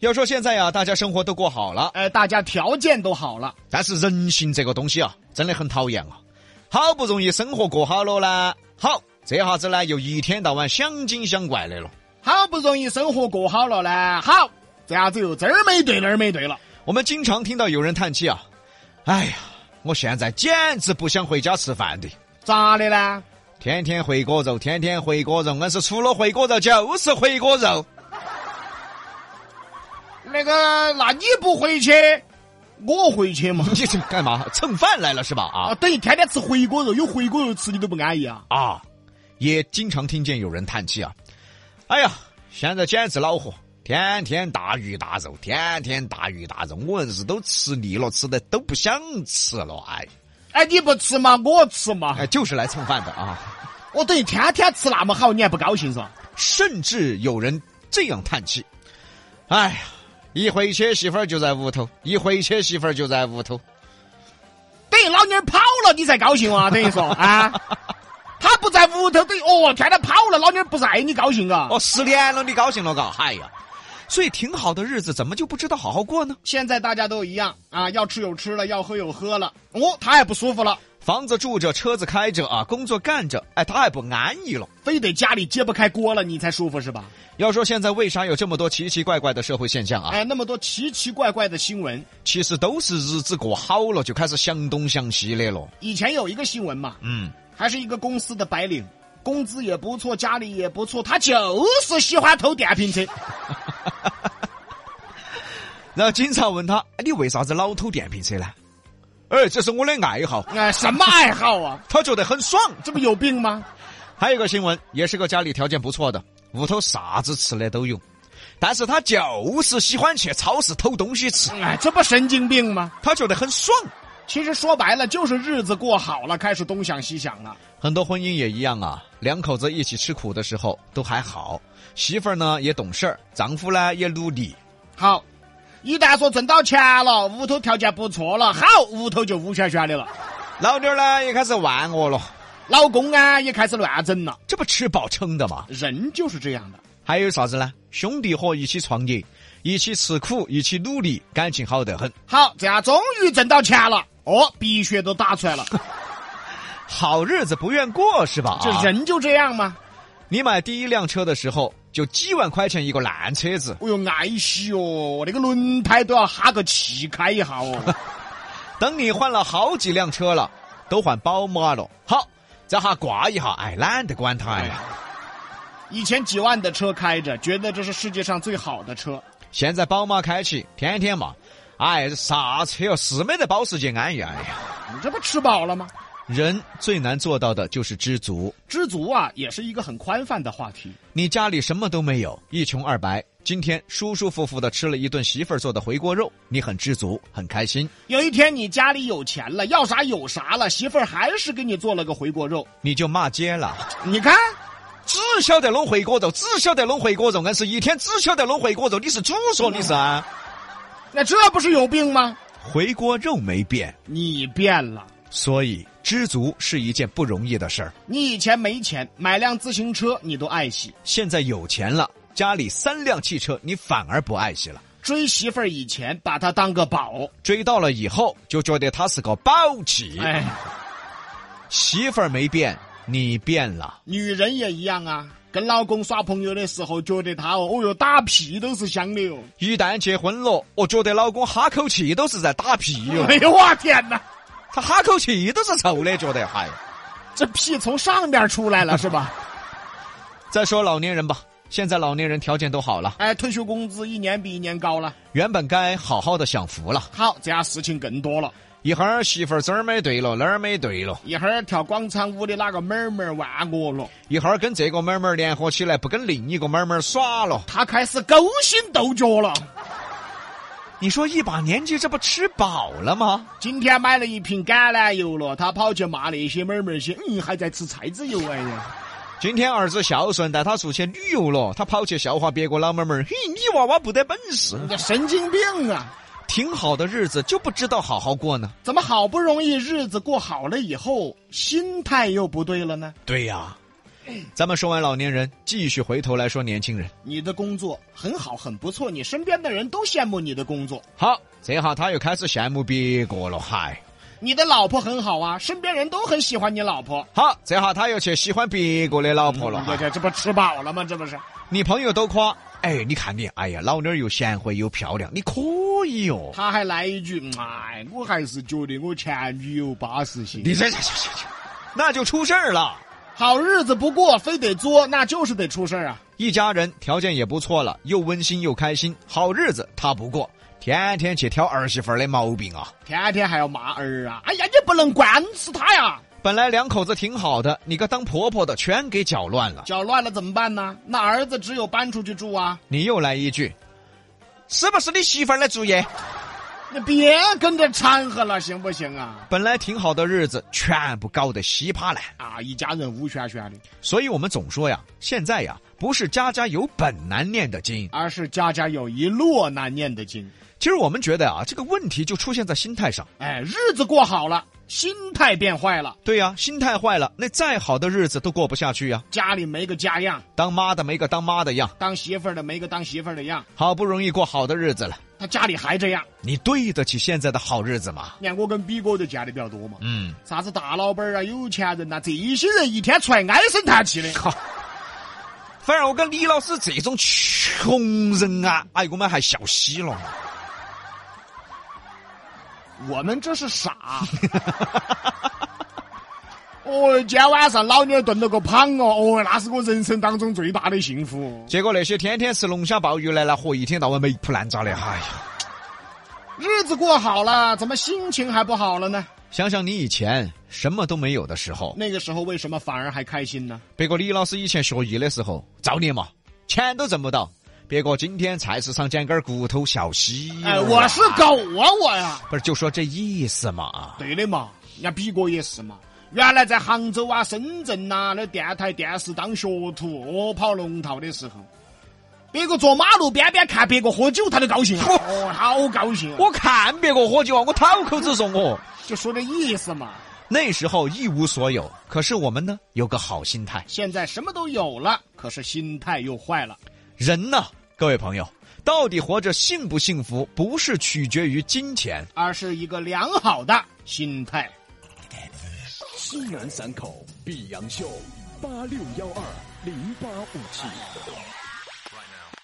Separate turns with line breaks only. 要说现在呀、大家生活都过好了，
哎，大家条件都好了，
但是人性这个东西啊，真的很讨厌啊！好不容易生活过好了呢，好，这下子呢又一天到晚想精想怪的了。
好不容易生活过好了呢，好，这下子又这儿没对那儿没对了。
我们经常听到有人叹气啊，哎呀，我现在简直不想回家吃饭的，
咋的呢？
天天回锅肉，天天回锅肉，硬是除了回锅肉就是回锅肉。
那个，那你不回去，我回去嘛？
你这干嘛？蹭饭来了是吧？啊
啊，等于天天吃回锅肉，有回锅肉吃你都不安逸啊？
啊，也经常听见有人叹气啊，哎呀，现在简直恼火，天天大鱼大肉，天天大鱼大肉，我硬是都吃腻了，吃的都不想吃了，哎
哎，你不吃嘛，我吃嘛。
哎，就是来蹭饭的啊。
我等于天天吃那么好，你还不高兴是吧？
甚至有人这样叹气：“哎呀，一回去媳妇儿就在屋头，一回去媳妇儿就在屋头。
等于老娘儿跑了，你才高兴啊？等于说啊，他不在屋头，等于哦，天天跑了，老娘儿不在，你高兴啊？
哦，失恋了，你高兴了嘎？哎呀，所以挺好的日子怎么就不知道好好过呢？
现在大家都一样啊，要吃有吃了，要喝有喝了，哦，他也不舒服了，
房子住着，车子开着啊，工作干着，哎，他还不安逸了。
非得家里揭不开锅了，你才舒服是吧？
要说现在为啥有这么多奇奇怪怪的社会现象啊？
哎，那么多奇奇怪怪的新闻，
其实都是日子过好了就开始想东想西的了。
以前有一个新闻嘛，
嗯，
还是一个公司的白领，工资也不错，家里也不错，他就是喜欢偷电瓶车。
然后警察问他：“哎你为啥子老偷电瓶车呢？”哎，这是我的爱好，
哎，什么爱好啊？
他觉得很爽。
这不有病吗？
还有一个新闻，也是个家里条件不错的，屋头啥子吃的都有，但是他就是喜欢去超市偷东西吃，
哎，这不神经病吗？
他觉得很爽。
其实说白了就是日子过好了，开始东想西想了。
很多婚姻也一样啊，两口子一起吃苦的时候都还好，媳妇儿呢也懂事儿，丈夫呢也努力，
好，一旦说挣到钱了，屋头条件不错了，好，屋头就乌旋旋的了。
老妞儿呢也开始玩我了，
老公啊也开始乱整了，
这不吃饱撑的嘛。
人就是这样的。
还有啥子呢？兄弟伙一起创业，一起吃苦，一起努力，感情好得很。
好，这下终于挣到钱了，哦，鼻血都打出来了。
好日子不愿过是吧？
这
啊
人就这样吗？
你买第一辆车的时候就几万块钱一个烂车子，
哎呦，爱惜哦，那个轮胎都要哈个气开一下哦。
等你换了好几辆车了，都换宝马了，好，这下挂一下，哎，懒得管它
哎
了。
以前几万的车开着，觉得这是世界上最好的车。
现在宝马开起，天天嘛，哎，啥车哟，是没得保时捷安逸。哎呀，
你这不吃饱了吗？
人最难做到的就是知足。
知足啊，也是一个很宽泛的话题。
你家里什么都没有，一穷二白，今天舒舒服服的吃了一顿媳妇儿做的回锅肉，你很知足，很开心。
有一天你家里有钱了，要啥有啥了，媳妇儿还是给你做了个回锅肉。
你就骂街了，
你看，
只晓得弄回锅肉，只晓得弄回锅肉，硬是一天只晓得弄回锅肉，你是主说你是啊？
那这不是有病吗？
回锅肉没变，
你变了。
所以知足是一件不容易的事儿。
你以前没钱买辆自行车，你都爱惜；
现在有钱了，家里三辆汽车，你反而不爱惜了。
追媳妇儿以前把她当个宝，
追到了以后，就觉得他是个宝气。
哎，
媳妇儿没变，你变了。
女人也一样啊。跟老公耍朋友的时候，觉得他哦，哦哟，打屁都是香的哟。
一旦结婚了，我觉得老公哈口气都是在打屁哟、
哎呦，我天哪！
他哈口气都是臭的，觉得嗨。
这屁从上面出来了是吧？
再说老年人吧，现在老年人条件都好了，
哎，退休工资一年比一年高了。
原本该好好的享福了，
好，这下事情更多了。
一会儿媳妇儿这儿没对了，那儿没对了。
一会儿跳广场舞的那个妹儿妹儿玩我了，
一会儿跟这个妹妹儿联合起来，不跟另一个妹妹儿耍了。
她开始勾心斗角了。
你说一把年纪，这不吃饱了吗？
今天买了一瓶橄榄油了，她跑去骂那些妹儿妹儿些，嗯，还在吃菜籽油，哎呀，
今天儿子孝顺，带他出去旅游了，他跑去笑话别个老妹妹儿，嘿，你娃娃不得本事，
你这神经病啊！
挺好的日子就不知道好好过呢。
怎么好不容易日子过好了以后，心态又不对了呢？
对呀、咱们说完老年人，继续回头来说年轻人。
你的工作很好，很不错，你身边的人都羡慕你的工作。
好，这下他又开始羡慕别个了，嗨。
你的老婆很好啊，身边人都很喜欢你老婆。
好，这下他又去喜欢别个的老婆了、啊
这
嗨
这这不吃饱了吗？这不是？
你朋友都夸，哎，你看你，哎呀，老妞儿又贤惠又漂亮，你可以哦。
他还来一句：“嗯哎，我还是觉得我前女友巴适些。
你这这这这这，那就出事儿了。
好日子不过，非得作，那就是得出事儿啊！
一家人条件也不错了，又温馨又开心，好日子他不过，天天去挑儿媳妇儿的毛病啊。
天天还要骂儿啊！哎呀，你不能惯死他呀！
本来两口子挺好的，你个当婆婆的全给搅乱了。
搅乱了怎么办呢？那儿子只有搬出去住啊！
你又来一句，是不是你媳妇儿来作业？
你别跟着掺和了，行不行啊？
本来挺好的日子，全部搞得稀巴烂。
啊，一家人乌旋旋的，
所以我们总说呀，现在呀，不是家家有本难念的经。
而是家家有一落难念的经。
其实我们觉得啊，这个问题就出现在心态上。
哎，日子过好了，心态变坏了，
对呀、心态坏了，那再好的日子都过不下去呀、
家里没个家样，
当妈的没个当妈的样，
当媳妇儿的没个当媳妇儿的样，
好不容易过好的日子了，
他家里还这样。
你对得起现在的好日子吗？
你看我跟比哥就见的比较多嘛，
嗯，
啥子大老板儿啊、有钱人呐、这些人一天出来唉声叹气的。
靠。反而我跟李老师这种穷人啊，哎，我们还笑死了。
我们这是傻。 哦，今天晚上老娘炖了个胖哦，哦，那是我人生当中最大的幸福。哦
结果那些天天吃龙虾鲍鱼来了，嚯，一天到晚没铺烂渣的，哎呀！
日子过好了，怎么心情还不好了呢？
想想你以前什么都没有的时候，
那个时候为什么反而还开心呢？
别个李老师以前学医的时候，造孽嘛，钱都挣不到。别个今天菜市场捡根儿骨头，笑死了。
哎，我是狗啊，我呀。
不是就说这意思嘛？啊，
对的嘛，人家比哥也是嘛。原来在杭州啊、深圳呐、那电台、电视当学徒，哦，跑龙套的时候，别个坐马路边边看别个喝酒，他都高兴啊，
嚯
哦，好高兴啊、
我看别个喝酒啊，我讨口子送我。
就说这意思嘛。
那时候一无所有，可是我们呢有个好心态。
现在什么都有了，可是心态又坏了。
人呢，各位朋友，到底活着幸不幸福，不是取决于金钱。
而是一个良好的心态。
西南三口碧阳秀八六幺二零八五七。